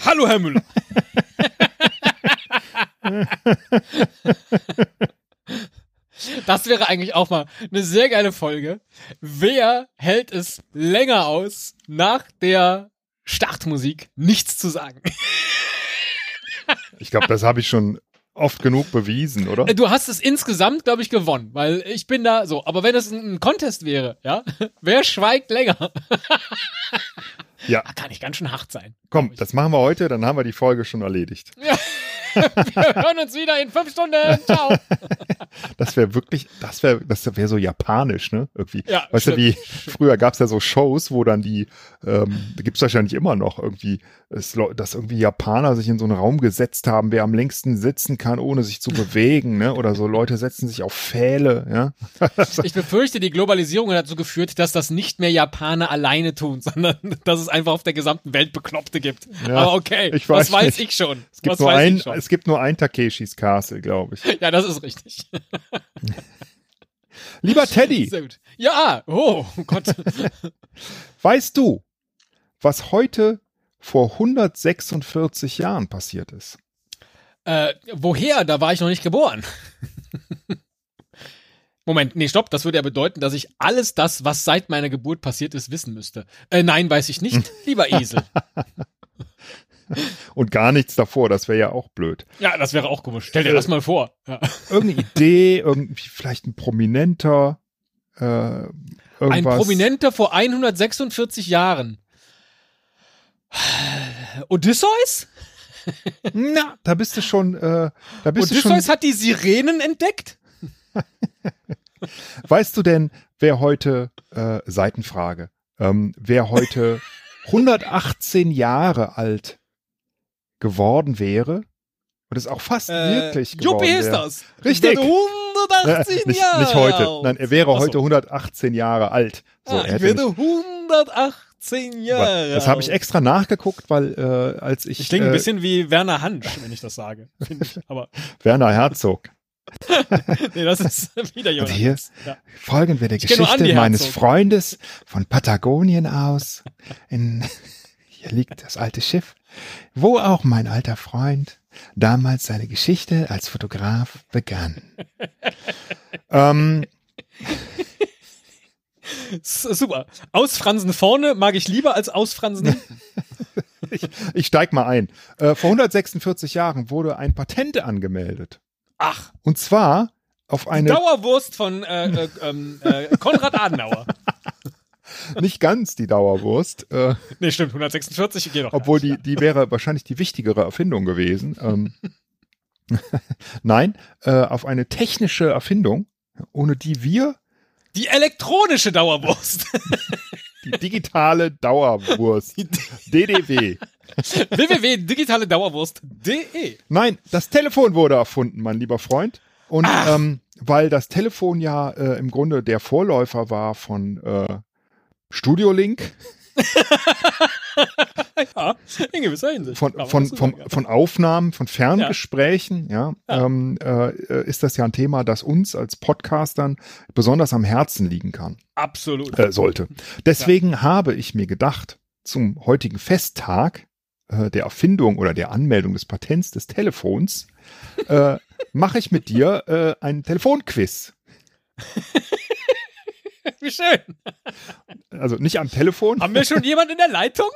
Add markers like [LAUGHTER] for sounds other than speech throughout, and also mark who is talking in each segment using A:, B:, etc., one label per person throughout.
A: Hallo, Herr Müller.
B: Das wäre eigentlich auch mal eine sehr geile Folge. Wer hält es länger aus, nach der Startmusik nichts zu sagen?
C: Ich glaube, das habe ich schon oft genug bewiesen, oder?
B: Du hast es insgesamt, glaube ich, gewonnen, weil ich bin da so. Aber wenn es ein Contest wäre, ja, [LAUGHS] wer schweigt länger?
C: Ja,
B: Da kann ich ganz schön hart
A: [LAUGHS]
B: sein.
C: komm, das machen wir heute, dann haben wir die Folge schon erledigt.
B: Wir hören uns wieder in fünf Stunden. Ciao.
C: Das wäre wirklich, das wäre, das wäre so japanisch, ne? Irgendwie.
B: Ja,
C: weißt du,
B: stimmt.
C: wie früher gab es ja so Shows, wo dann die, ähm, gibt es wahrscheinlich immer noch irgendwie, es, lo- dass irgendwie Japaner sich in so einen Raum gesetzt haben, wer am längsten sitzen kann, ohne sich zu bewegen, ne? Oder so Leute setzen sich auf Pfähle, ja?
B: Ich befürchte, die Globalisierung hat dazu geführt, dass das nicht mehr Japaner alleine tun, [LAUGHS] sondern dass es einfach auf der gesamten Welt Bekloppte gibt.
C: Ja,
B: Aber okay,
C: ich
B: das
C: weiß
B: weiß
C: nicht.
B: ich schon.
C: Es gibt,
B: das
C: nur
B: weiß
C: ein,
B: ich schon.
C: es gibt nur ein Takeshis Castle,
B: [LAUGHS]
C: glaube ich.
B: Ja, das ist richtig.
C: Lieber Teddy,
B: [LAUGHS] Sehr gut. Ja, oh, oh Gott.
C: [LAUGHS] weißt du, was heute vor 146 Jahren passiert ist?
B: äh, woher? Da war ich noch nicht geboren. [LAUGHS] Moment, nee, stopp, das würde ja bedeuten, dass ich alles das, was seit meiner Geburt passiert ist, wissen müsste. Äh, nein, weiß ich
C: [LAUGHS]
B: nicht, lieber Esel.
C: Und gar nichts davor, das wäre ja auch blöd.
B: Ja, das wäre auch komisch.
C: Äh.
B: Stell dir das mal vor. Ja.
C: irgendeine Idee, irgendwie vielleicht ein prominenter, äh, irgendwas.
B: Ein Prominenter vor 146 Jahren. Odysseus?
C: Na, da bist du schon, äh, da bist du schon.
B: Odysseus hat die Sirenen entdeckt?
C: Weißt du denn, wer heute äh, Seitenfrage, ähm, wer heute 118 Jahre alt geworden wäre und es auch
B: Äh,
C: fast wirklich geworden
B: Juppie ist
C: wäre?
B: das.
C: Richtig.
B: Seit 118
C: Äh, nicht,
B: Jahren.
C: nicht heute. Nein, er wäre
B: Ach so.
C: heute 118 Jahre alt. So,
B: ah,
C: er
B: ich
C: hätte
B: werde
C: nicht-
B: 118 Jahre.
C: das habe ich
B: alt.
C: extra nachgeguckt, weil äh, als ich,
B: Ich klinge
C: äh,
B: ein bisschen wie Werner Hansch, wenn ich das sage. finde ich. Aber
C: Werner Herzog
B: nee, das ist [LAUGHS] wieder
C: Und
B: Jonas.
C: Also hier
B: Ja.
C: folgen wir der
B: Ich kenn nur
C: Geschichte
B: Andi
C: meines
B: Herzog.
C: Freundes von Patagonien aus. In, [LAUGHS] hier liegt das alte Schiff, wo auch mein alter Freund damals seine Geschichte als Fotograf begann.
B: [LAUGHS]
C: ähm,
B: S- Super. Ausfransen vorne mag ich lieber als
C: [LAUGHS]
B: ausfransen.
C: ich, ich steig mal ein. Äh, vor 146 Jahren wurde ein Patent angemeldet.
B: Ach,
C: Und zwar auf eine,
B: Dauerwurst von äh, äh, ähm, äh, Konrad Adenauer.
C: nicht ganz die Dauerwurst, äh,
B: Nee, stimmt, 146 geht doch.
C: Obwohl
B: gar
C: die, die wäre wahrscheinlich die wichtigere Erfindung gewesen. Ähm, [LAUGHS] Nein, äh, auf eine technische Erfindung, ohne die wir
B: nicht. die elektronische
C: [LAUGHS]
B: Dauerwurst.
C: die digitale Dauerwurst, DDW.
B: www.digitaledauerwurst.de
C: Nein, das Telefon wurde erfunden, mein lieber Freund. Und ähm, weil das Telefon ja äh, im Grunde der Vorläufer war von äh, Studiolink,
B: Ja, in gewisser Hinsicht.
C: von,
B: Kann man
C: von,
B: so
C: vom,
B: sagen, ja.
C: von Aufnahmen, von Ferngesprächen, ja,
B: Ja.
C: Ähm, äh, ist das ja ein Thema, das uns als Podcastern besonders am Herzen liegen kann,
B: Absolut.
C: äh, sollte. Deswegen habe ich mir gedacht, zum heutigen Festtag äh, der Erfindung oder der Anmeldung des Patents des Telefons,
B: [LAUGHS]
C: äh, mache ich mit dir äh, ein Telefonquiz.
B: Wie schön.
C: Also nicht am Telefon.
B: Haben wir schon jemand in der
C: [LAUGHS]
B: Leitung?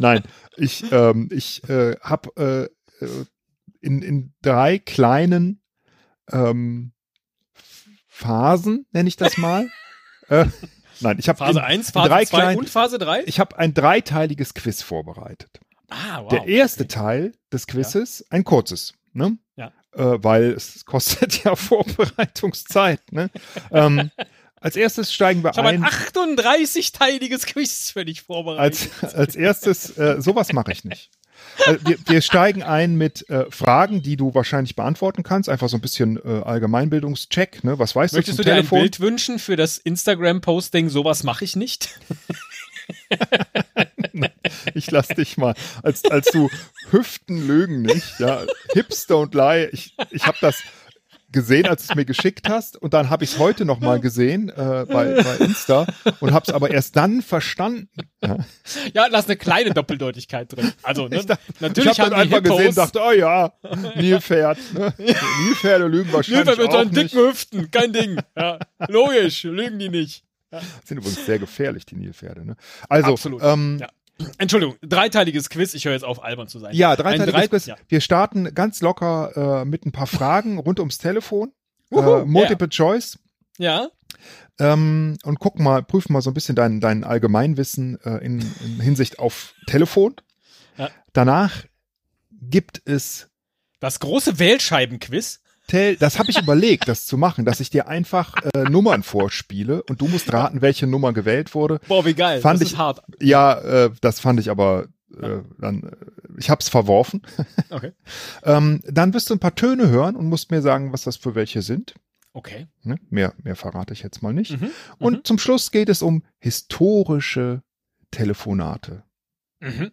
C: Nein, ich, ähm, ich äh, habe äh, äh, in, in drei kleinen ähm, Phasen, nenne ich
B: [LAUGHS]
C: das mal. äh, nein, ich habe
B: Phase
C: in-
B: 1,
C: in
B: Phase
C: drei
B: 2
C: kleinen-
B: und Phase 3?
C: ich habe ein dreiteiliges Quiz vorbereitet.
B: Ah, wow.
C: Der E- erste Teil des Quizzes, ein kurzes, ne?
B: Ja.
C: [LAUGHS] Äh, weil es kostet ja Vorbereitungszeit, ne? ähm, Als erstes steigen wir
B: Ich habe ein
C: ein.
B: 38-teiliges Quiz für dich vorbereitet.
C: Als, als erstes, äh, sowas mache ich nicht. Äh, Wir, wir steigen ein mit äh, Fragen, die du wahrscheinlich beantworten kannst. Einfach so ein bisschen äh, Allgemeinbildungscheck. Ne? Was weißt
B: Möchtest
C: du
B: du
C: zum
B: dir ein
C: Telefon?
B: Bild wünschen für das Instagram-Posting? Sowas mache ich nicht.
C: [LAUGHS]
B: [LAUGHS]
C: Ich lass dich mal. Als, als du Hüften lügen nicht, ja, Hips don't lie. Ich, ich habe das gesehen, als du es mir geschickt hast und dann habe ich es heute noch mal gesehen äh, bei, bei Insta und habe es aber erst dann verstanden.
B: Ja, da ist eine kleine Doppeldeutigkeit drin. Also, ne?
C: Ich dachte-
B: natürlich
C: ich habe
B: haben
C: dann
B: die
C: einfach
B: Hippos
C: gesehen und dachte, oh ja, Nilpferd.
B: [LAUGHS]
C: Ne? Nilpferde lügen
B: Nur
C: wahrscheinlich
B: weil mit
C: auch
B: seinen
C: nicht.
B: dicken Hüften, kein
C: [LAUGHS]
B: Ding. Ja, logisch, lügen die nicht.
C: Sind übrigens sehr gefährlich, die Nilpferde. Ne? Also,
B: Absolut,
C: Ähm,
B: ja. Entschuldigung, dreiteiliges Quiz. Ich höre jetzt auf, albern zu sein.
C: ja, drei
B: Ein
C: Teile
B: drei-
C: Quiz.
B: ja.
C: Wir starten ganz locker äh, mit ein paar Fragen rund ums Telefon.
B: Wuhu,
C: äh, Multiple Choice.
B: Ja,
C: Ähm, und guck mal, prüf mal so ein bisschen dein, dein Allgemeinwissen äh, in, in Hinsicht auf Telefon.
B: Ja.
C: Danach gibt es
B: das große Wählscheibenquiz.
C: Tel.
B: [LAUGHS]
C: Das habe ich überlegt, das zu machen, dass ich dir einfach äh, Nummern vorspiele und du musst raten, welche Nummer gewählt wurde.
B: Boah, wie geil.
C: Fand
B: das
C: ich-
B: ist hart.
C: Ja, äh, das fand ich aber äh, dann. äh, Ich habe es verworfen. [LAUGHS]
B: Okay.
C: Ähm, dann wirst du ein paar Töne hören und musst mir sagen, was das für welche sind.
B: Okay.
C: Ne? Mehr, mehr verrate ich jetzt mal nicht.
B: Mhm.
C: Und zum Schluss geht es um historische Telefonate,
B: Mhm.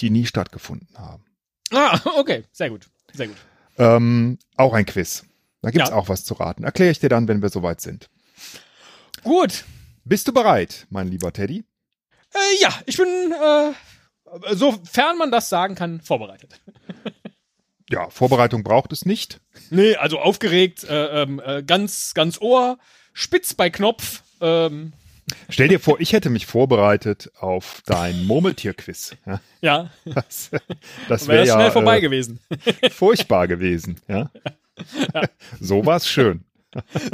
C: die nie stattgefunden haben.
B: Ah, okay. Sehr gut. Sehr gut.
C: Ähm, auch ein Quiz. Da gibt es
B: Ja.
C: auch was zu raten. Erkläre ich dir dann, wenn wir soweit sind.
B: Gut.
C: Bist du bereit, mein lieber Teddy?
B: Äh, ja, ich bin, äh, sofern man das sagen kann, vorbereitet.
C: Ja, Vorbereitung braucht es nicht.
B: Nee, also aufgeregt, äh, ähm, äh, ganz, ganz Ohr, spitz bei Knopf. Ähm,
C: Stell dir vor, ich hätte mich vorbereitet auf dein Murmeltier-Quiz. Ja,
B: ja,
C: das das
B: wäre
C: wäre
B: das
C: ja
B: schnell vorbei
C: äh,
B: gewesen.
C: furchtbar gewesen.
B: [LAUGHS]
C: Ja? so war es schön.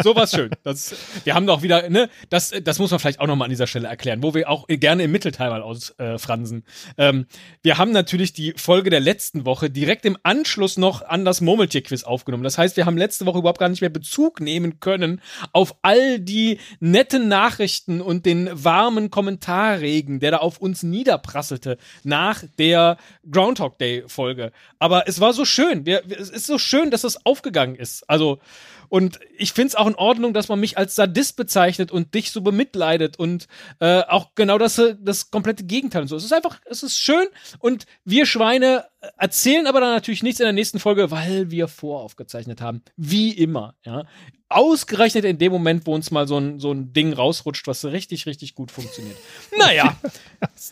B: Sowas schön. Das, wir haben doch wieder, ne, das, das muss man vielleicht auch nochmal an dieser Stelle erklären, wo wir auch gerne im Mittelteil mal ausfransen. Äh, fransen. ähm, wir haben natürlich die Folge der letzten Woche direkt im Anschluss noch an das Murmeltier-Quiz aufgenommen. Das heißt, wir haben letzte Woche überhaupt gar nicht mehr Bezug nehmen können auf all die netten Nachrichten und den warmen Kommentarregen, der da auf uns niederprasselte nach der Groundhog Day-Folge. Aber es war so schön. Wir, wir- es ist so schön, dass das aufgegangen ist. Also, und ich finde es auch in Ordnung, dass man mich als Sadist bezeichnet und dich so bemitleidet und äh, auch genau das, äh, das komplette Gegenteil und so. Es ist einfach, es ist schön und wir Schweine erzählen aber dann natürlich nichts in der nächsten Folge, weil wir voraufgezeichnet haben. Wie immer, ja. Ausgerechnet in dem Moment, wo uns mal so ein, so ein Ding rausrutscht, was richtig, richtig gut funktioniert. Naja,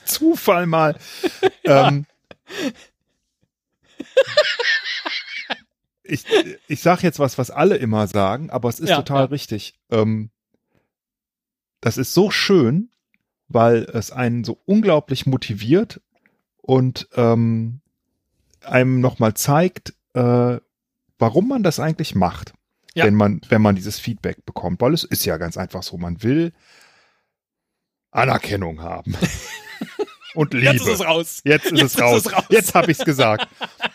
C: Zufall mal. [LAUGHS] ähm, ich ich sage jetzt was, was alle immer sagen, aber es ist
B: Ja,
C: total
B: ja.
C: richtig. Ähm, das ist so schön, weil es einen so unglaublich motiviert und ähm, einem nochmal zeigt, äh, warum man das eigentlich macht,
B: Ja.
C: wenn man wenn man dieses Feedback bekommt, weil es ist ja ganz einfach so, man will
B: [LAUGHS]
C: Anerkennung haben und Liebe.
B: jetzt ist es raus.
C: Jetzt ist es raus.
B: es raus.
C: Jetzt habe ich es gesagt.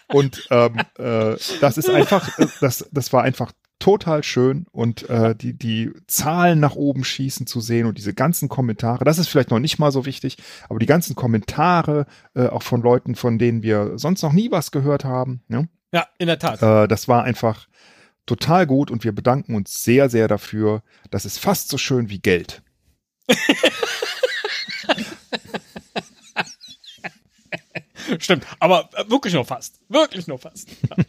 C: Und ähm, äh, das ist einfach, äh, das, das war einfach total schön und äh, die, die Zahlen nach oben schießen zu sehen und diese ganzen Kommentare, das ist vielleicht noch nicht mal so wichtig, aber die ganzen Kommentare äh, auch von Leuten, von denen wir sonst noch nie was gehört haben, ne?
B: Ja, in der Tat.
C: äh, das war einfach total gut und wir bedanken uns sehr, sehr dafür. Das ist fast so schön wie Geld.
B: Stimmt, aber äh, wirklich nur fast. Wirklich nur fast. Ja.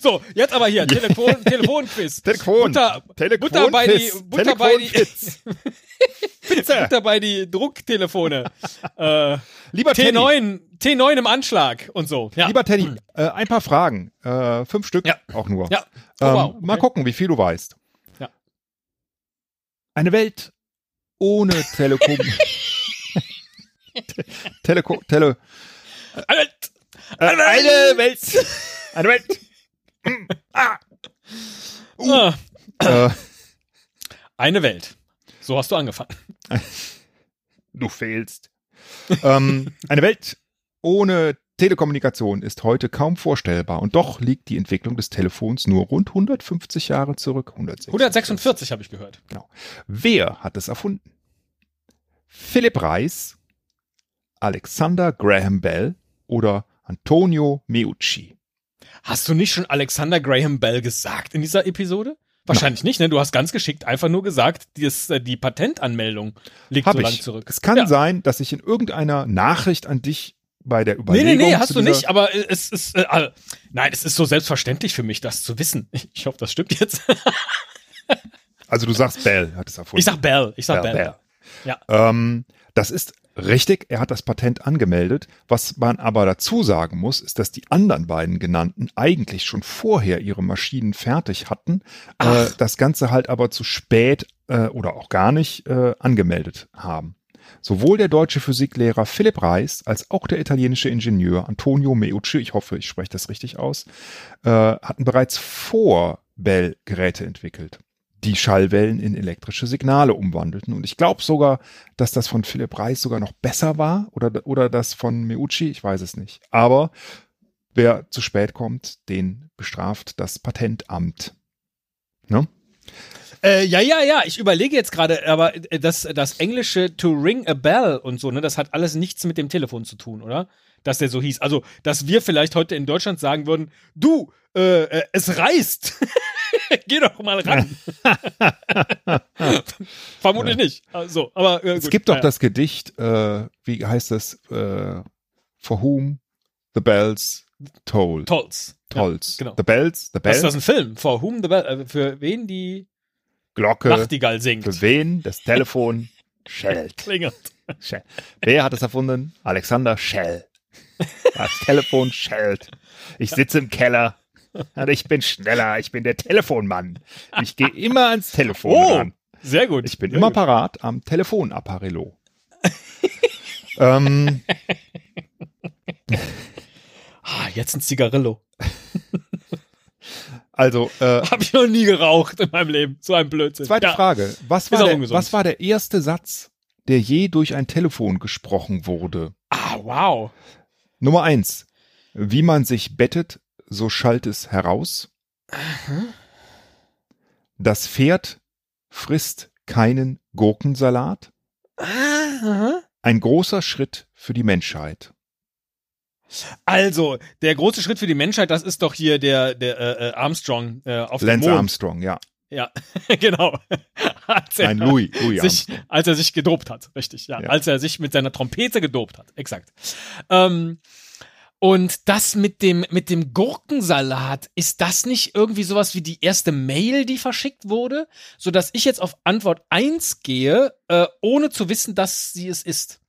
B: So, jetzt aber hier, Telefon, Telefonquiz.
C: [LAUGHS] Telefon.
B: Butter,
C: Telefon
B: Butter bei die,
C: Fitz.
B: Butter bei die,
C: Telefon Bitte.
B: Butter bei die
C: [LAUGHS]
B: Drucktelefone. äh,
C: Lieber Teddy.
B: T9, T9 im Anschlag und so. Ja. Hm.
C: Lieber Teddy, äh, ein paar Fragen. Äh, fünf Stück
B: Ja.
C: auch nur.
B: Ja. Oh,
C: Ähm,
B: wow.
C: Mal
B: Okay.
C: gucken, wie viel du weißt.
B: Ja.
C: Eine Welt ohne
B: [LAUGHS]
C: Telekom. Te- Teleko, Tele.
B: Alter,
C: Äh, eine Welt. Eine Welt.
B: ah,
C: äh,
B: eine Welt. So hast du angefangen.
C: du fehlst. ähm, eine Welt ohne Telekommunikation ist heute kaum vorstellbar und doch liegt die Entwicklung des Telefons nur rund 150 Jahre zurück.
B: 146 habe ich gehört.
C: Genau. Wer hat es erfunden? Philipp Reis, Alexander Graham Bell oder Antonio Meucci?
B: Hast du nicht schon Alexander Graham Bell gesagt in dieser Episode? Wahrscheinlich nicht, ne? Du hast ganz geschickt einfach nur gesagt, die, ist, äh, die Patentanmeldung liegt
C: Hab
B: so lang
C: ich.
B: zurück.
C: Es kann
B: Ja.
C: sein, dass ich in irgendeiner Nachricht an dich bei der
B: Nee,
C: Überlegung.
B: nee, nee, hast
C: zu
B: du
C: dieser-
B: nicht, aber es ist, äh, äh, nein, es ist so selbstverständlich für mich, das zu wissen. Ich hoffe, das stimmt jetzt.
C: Also du sagst Bell hat es erfunden.
B: Ich sag Bell, ich sag
C: Bell,
B: Bell.
C: Bell.
B: Ja.
C: Ähm, das ist richtig, er hat das Patent angemeldet. Was man aber dazu sagen muss, ist, dass die anderen beiden genannten eigentlich schon vorher ihre Maschinen fertig hatten, äh,
B: Ach.
C: das Ganze halt aber zu spät äh, oder auch gar nicht äh, angemeldet haben. Sowohl der deutsche Physiklehrer Philipp Reis als auch der italienische Ingenieur Antonio Meucci, ich hoffe, ich spreche das richtig aus, äh, hatten bereits vor Bell Geräte entwickelt, die Schallwellen in elektrische Signale umwandelten. Und ich glaube sogar, dass das von Philipp Reis sogar noch besser war oder, oder das von Meucci, ich weiß es nicht. Aber wer zu spät kommt, den bestraft das Patentamt.
B: Äh, ja, ja, ja, ich überlege jetzt gerade, aber äh, das, das englische to ring a bell und so, ne, das hat alles nichts mit dem Telefon zu tun, oder? Dass der so hieß. Also, dass wir vielleicht heute in Deutschland sagen würden, du, äh, äh, es reißt. [LAUGHS] Geh doch mal
C: [LAUGHS]
B: ran. Vermutlich nicht. Also, aber äh,
C: es
B: gut.
C: gibt doch
B: Ja.
C: das Gedicht, äh, wie heißt das? Äh, For whom the bells toll.
B: Tolls.
C: Tolls.
B: genau.
C: The bells, the
B: Was ist das
C: bells,
B: ein Film? For whom the bell, äh, für wen die
C: Glocke,
B: Nachtigall singt.
C: für wen das Telefon schellt.
B: Klingelt.
C: Shell. Wer hat es erfunden? Alexander Shell. Das Telefon schellt. Ich sitze im Keller. Und ich bin schneller. Ich bin der Telefonmann. Ich gehe immer ans Telefon
B: Oh.
C: ran.
B: Sehr gut.
C: Ich bin
B: Sehr
C: immer
B: gut.
C: parat am Telefonapparillo. ähm,
B: Ah, jetzt ein Zigarillo.
C: also, äh,
B: Hab ich noch nie geraucht in meinem Leben. So ein Blödsinn.
C: zweite
B: Ja.
C: Frage. Was
B: auch
C: war, der,
B: ungesund.
C: was war der erste Satz, der je durch ein Telefon gesprochen wurde?
B: Ah, wow.
C: Nummer eins. Wie man sich bettet, so schallt es heraus. Das Pferd frisst keinen Gurkensalat. Ein großer Schritt für die Menschheit.
B: Also, der große Schritt für die Menschheit, das ist doch hier der, der äh, äh, Armstrong äh, auf dem
C: Lance
B: Mond.
C: Armstrong, ja.
B: Ja, [LAUGHS] genau. Als er,
C: Nein, Louis, Louis
B: sich,
C: Armstrong.
B: als er sich gedopt hat, richtig. Ja,
C: Ja.
B: als er sich mit seiner Trompete gedopt hat, exakt. Ähm, und das mit dem, mit dem Gurkensalat, ist das nicht irgendwie sowas wie die erste Mail, die verschickt wurde? Sodass ich jetzt auf Antwort 1 gehe, äh, ohne zu wissen, dass sie es ist.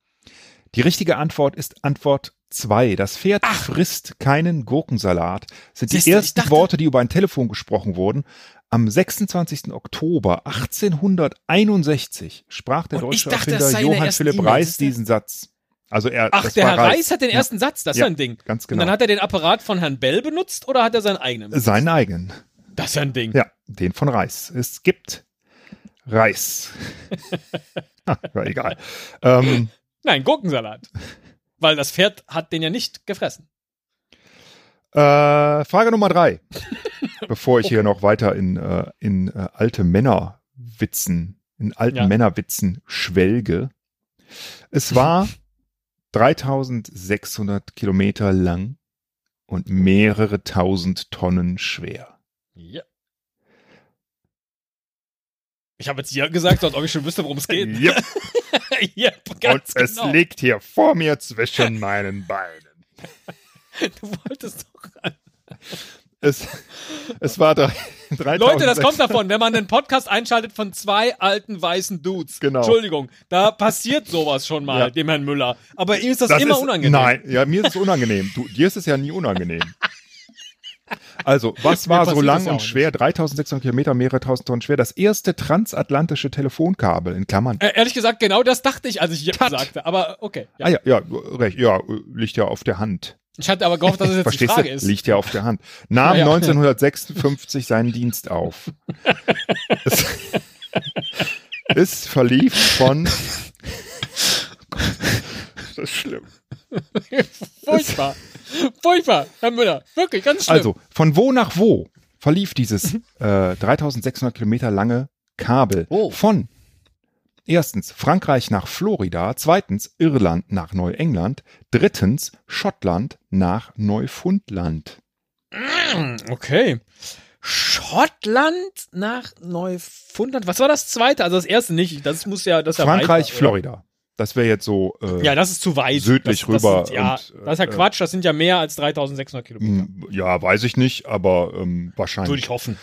C: Die richtige Antwort ist Antwort 2. Das Pferd frisst keinen Gurkensalat. Sind die
B: Siehste, ich
C: ersten
B: dachte-
C: Worte, die über ein Telefon gesprochen wurden. Am 26. Oktober 1861 sprach der
B: Und ich
C: deutsche
B: dachte, das sei
C: Erfinder
B: in der
C: Johann
B: ersten
C: Philipp
B: E-Mail,
C: Reis
B: siehste?
C: diesen Satz. Also er,
B: Ach,
C: das
B: der
C: war
B: Herr Reis hat den ersten Satz, das
C: Ja.
B: ist ein Ding.
C: Ganz
B: Und dann
C: genau.
B: hat er den Apparat von Herrn Bell benutzt oder hat er seinen eigenen?
C: Seinen eigenen.
B: Das ist ja ein Ding.
C: Ja, den von Reis. Es gibt
B: [LAUGHS]
C: Reis. War egal. Ähm,
B: Nein, Gurkensalat. Weil das Pferd hat den ja nicht gefressen.
C: Äh, Frage
B: [LAUGHS]
C: Nummer drei. Bevor ich hier noch weiter in, äh, in äh, alte Männerwitzen, in alten
B: Ja.
C: Männerwitzen schwelge.
B: [LAUGHS]
C: Es war 3600 Kilometer lang und mehrere tausend Tonnen schwer.
B: Ja. Ich habe jetzt ja gesagt, als ob ich schon wüsste, worum es [LAUGHS] geht.
C: Yep.
B: ja,
C: Und
B: ganz
C: es
B: genau.
C: liegt hier vor
B: [LAUGHS]
C: mir zwischen meinen Beinen.
B: Du wolltest doch.
C: Es, es war drei- 3600.
B: Leute, das kommt davon, wenn man einen Podcast einschaltet von zwei alten weißen Dudes.
C: Genau.
B: Entschuldigung, da passiert sowas schon mal,
C: Ja.
B: dem Herrn Müller. Aber ihm ist das, immer
C: ist,
B: unangenehm.
C: Nein, ja, mir ist es unangenehm. Du, dir ist es ja nie unangenehm. Also, was
B: Mir
C: war so
B: passiert
C: lang
B: das ja
C: und
B: auch
C: schwer? 3600 Kilometer, mehrere tausend Tonnen schwer. Das erste transatlantische Telefonkabel, in Klammern.
B: Äh, ehrlich gesagt, genau das dachte ich, als ich jetzt
C: Cut.
B: sagte. Aber okay. Ja.
C: Ah ja, ja, recht, ja, liegt ja auf der Hand.
B: Ich hatte aber gehofft, dass es jetzt die
C: Verstehst
B: Frage
C: du?
B: ist.
C: Liegt ja auf der
B: [LAUGHS]
C: Hand. Nahm
B: Ja, ja.
C: 1956 seinen Dienst auf.
B: [LAUGHS]
C: es, es verlief von.
B: Oh
C: Das ist schlimm.
B: Furchtbar. Furchtbar, Herr Müller. Wirklich, ganz schlimm.
C: Also, von wo nach wo verlief dieses
B: Mhm.
C: äh, 3600 Kilometer lange Kabel
B: Oh.
C: von erstens Frankreich nach Florida, zweitens Irland nach Neuengland, drittens Schottland nach Neufundland.
B: Hm, Okay. Schottland nach Neufundland. Was war das zweite? Also das erste nicht. Das muss ja, das ist ja
C: Frankreich,
B: weiter, oder?
C: Florida. Das wäre jetzt so äh,
B: Ja, das ist zu weit.
C: Südlich
B: das, das
C: rüber
B: Sind, ja,
C: und,
B: das ist ja
C: äh, Hm,
B: Quatsch. Das sind ja mehr als 3600 Kilometer.
C: m, ja, weiß ich nicht, aber ähm,
B: Würde
C: wahrscheinlich.
B: ich hoffen.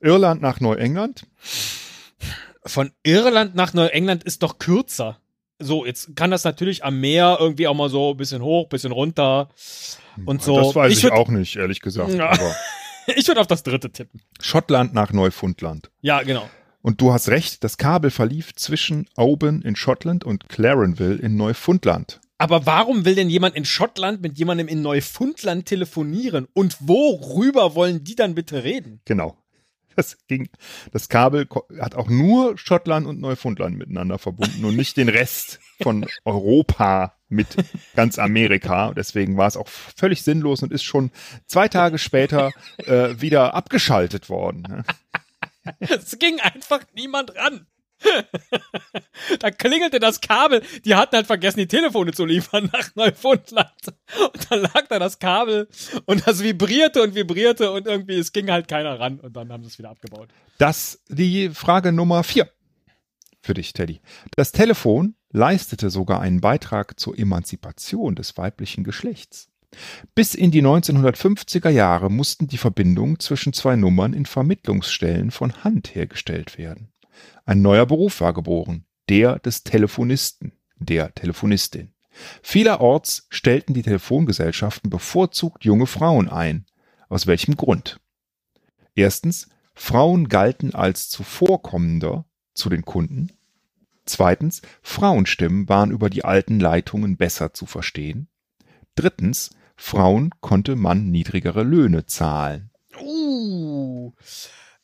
C: Irland nach Neuengland.
B: Von Irland nach Neuengland ist doch kürzer. So, jetzt kann das natürlich am Meer irgendwie auch mal so ein bisschen hoch, bisschen runter. Und so.
C: Hm, Das weiß
B: Ich
C: ich,
B: würd-
C: auch nicht, ehrlich gesagt.
B: Ja.
C: Aber
B: [LAUGHS] Ich würde auf das dritte tippen.
C: Schottland nach Neufundland.
B: Ja, genau.
C: Und du hast recht, das Kabel verlief zwischen Oban in Schottland und Clarenville in Neufundland.
B: Aber warum will denn jemand in Schottland mit jemandem in Neufundland telefonieren? Und worüber wollen die dann bitte reden?
C: Genau. Das, ging, das Kabel ko- hat auch nur Schottland und Neufundland miteinander verbunden und nicht den Rest von Europa mit ganz Amerika. Deswegen war es auch völlig sinnlos und ist schon zwei Tage später äh, wieder abgeschaltet worden. ne?
B: Es ging einfach niemand ran. [LAUGHS] da klingelte das Kabel. Die hatten halt vergessen, die Telefone zu liefern nach Neufundland. Und dann lag da das Kabel und das vibrierte und vibrierte und irgendwie, es ging halt keiner ran und dann haben sie es wieder abgebaut.
C: Das die Frage Nummer vier für dich, Teddy. Das Telefon leistete sogar einen Beitrag zur Emanzipation des weiblichen Geschlechts. Bis in die 1950er Jahre mussten die Verbindungen zwischen zwei Nummern in Vermittlungsstellen von Hand hergestellt werden. Ein neuer Beruf war geboren, der des Telefonisten, der Telefonistin. Vielerorts stellten die Telefongesellschaften bevorzugt junge Frauen ein. Aus welchem Grund? Erstens, Frauen galten als zuvorkommender zu den Kunden. Zweitens, Frauenstimmen waren über die alten Leitungen besser zu verstehen. Drittens, Frauen konnte man niedrigere Löhne zahlen.
B: Uh.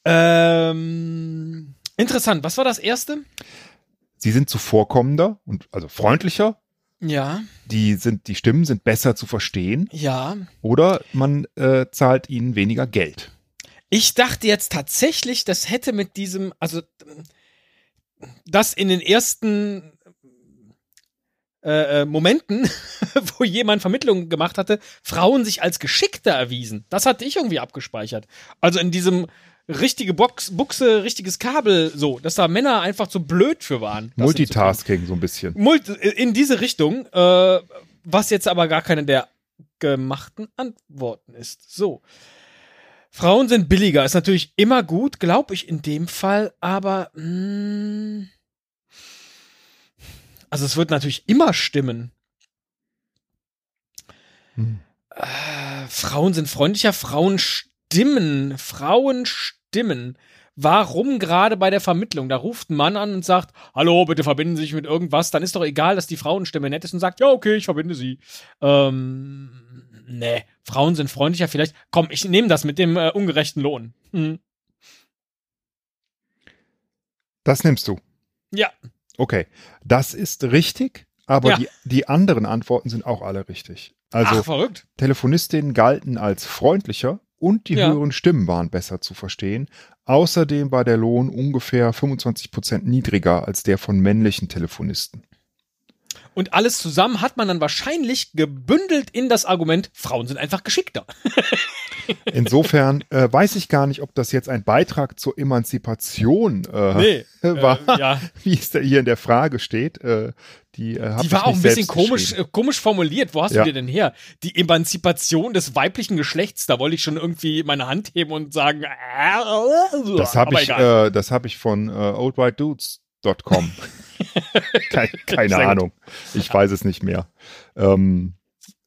B: Ähm, interessant. Was war das erste?
C: Sie sind zuvorkommender und also freundlicher.
B: Ja,
C: Die sind, die Stimmen sind besser zu verstehen
B: ja.
C: oder man äh, zahlt ihnen weniger Geld.
B: Ich dachte jetzt tatsächlich, das hätte mit diesem, also das in den ersten äh, äh, Momenten, [LAUGHS] wo jemand Vermittlungen gemacht hatte, Frauen sich als geschickter erwiesen. Das hatte ich irgendwie abgespeichert. Also in diesem richtige Box, Buchse, richtiges Kabel, so, dass da Männer einfach zu blöd für waren. das hinzukriegen.
C: Multitasking so ein bisschen.
B: Mult in diese Richtung, äh, was jetzt aber gar keine der gemachten Antworten ist. So. Frauen sind billiger, ist natürlich immer gut, glaube ich in dem Fall, aber mh, also es wird natürlich immer stimmen.
C: Hm.
B: Äh, Frauen sind freundlicher, Frauen stimmen, Frauen stimmen. Warum gerade bei der Vermittlung? Da ruft ein Mann an und sagt, hallo, bitte verbinden Sie sich mit irgendwas. Dann ist doch egal, dass die Frauenstimme nett ist und sagt, ja, okay, ich verbinde Sie. Ähm, nee, Frauen sind freundlicher vielleicht. Komm, ich nehme das mit dem äh, ungerechten Lohn. Hm.
C: Das nimmst du.
B: Ja.
C: Okay, das ist richtig, aber
B: Ja.
C: die, die anderen Antworten sind auch alle richtig. Also
B: Ach, verrückt.
C: Telefonistinnen galten als freundlicher und die
B: Ja.
C: höheren Stimmen waren besser zu verstehen. Außerdem war der Lohn ungefähr 25 Prozent niedriger als der von männlichen Telefonisten.
B: Und alles zusammen hat man dann wahrscheinlich gebündelt in das Argument, Frauen sind einfach geschickter. [LAUGHS]
C: Insofern äh, weiß ich gar nicht, ob das jetzt ein Beitrag zur Emanzipation äh, [LAUGHS]
B: Nee.
C: war,
B: Äh, ja.
C: wie es da hier in der Frage steht. Äh, die äh, hab
B: Die
C: ich
B: war auch
C: nicht
B: ein bisschen
C: selbst
B: komisch,
C: geschrieben.
B: äh, komisch formuliert. Wo hast
C: Ja.
B: du dir denn her? Die Emanzipation des weiblichen Geschlechts. Da wollte ich schon irgendwie meine Hand heben und sagen, äh,
C: Das habe
B: aber
C: ich,
B: egal.
C: äh, das hab ich von äh,
B: [LAUGHS]
C: oldwhitedudes.com. Keine, keine
B: Sehr gut.
C: Ahnung. Ich weiß es nicht mehr. Ähm,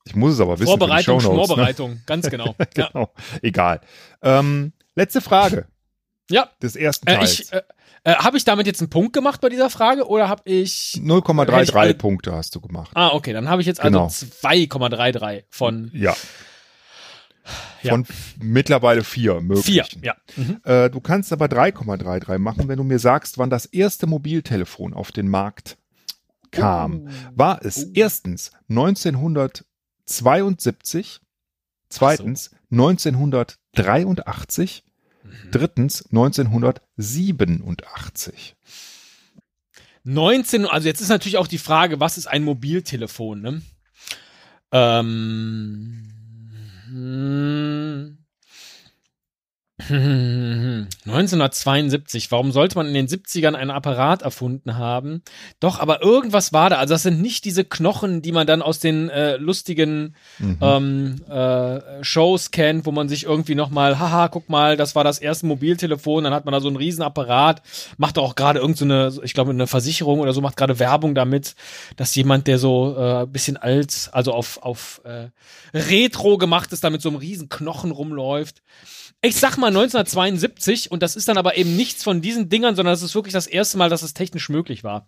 C: ich muss es aber wissen.
B: Vorbereitung,
C: für die Shownotes, ne?
B: Schmorbereitung, ganz
C: [LAUGHS]
B: genau. ja.
C: genau. Egal. Ähm, letzte Frage
B: ja.
C: des ersten
B: Äh,
C: Teils.
B: ich, äh, äh, habe ich damit jetzt einen Punkt gemacht bei dieser Frage oder habe ich.
C: 0,33
B: hätte ich alle-
C: Punkte hast du gemacht.
B: Ah, okay, dann habe ich jetzt also
C: Genau.
B: 2,33 von
C: Ja.
B: Ja.
C: Von mittlerweile vier
B: vier.
C: möglichen.
B: Ja. Mhm.
C: Äh, du kannst aber 3,33 machen, wenn du mir sagst, wann das erste Mobiltelefon auf den Markt kam.
B: Oh.
C: War es
B: Oh.
C: erstens 1972, Zweitens 1983.
B: Mhm.
C: Drittens 1987.
B: 19, also jetzt ist natürlich auch die Frage, was ist ein Mobiltelefon, ne? Ähm. hm. 1972, warum sollte man in den 70ern einen Apparat erfunden haben? Doch, aber irgendwas war da. Also das sind nicht diese Knochen, die man dann aus den äh, lustigen
C: Mhm.
B: ähm, äh, Shows kennt, wo man sich irgendwie nochmal, haha, guck mal, das war das erste Mobiltelefon, dann hat man da so einen riesen Apparat, macht auch gerade irgendeine, so eine, ich glaube, eine Versicherung oder so, macht gerade Werbung damit, dass jemand, der so äh, ein bisschen alt, also auf, auf äh, Retro gemacht ist, da mit so einem riesen Knochen rumläuft. Ich sag mal 1972 und das ist dann aber eben nichts von diesen Dingern, sondern das ist wirklich das erste Mal, dass es technisch möglich war,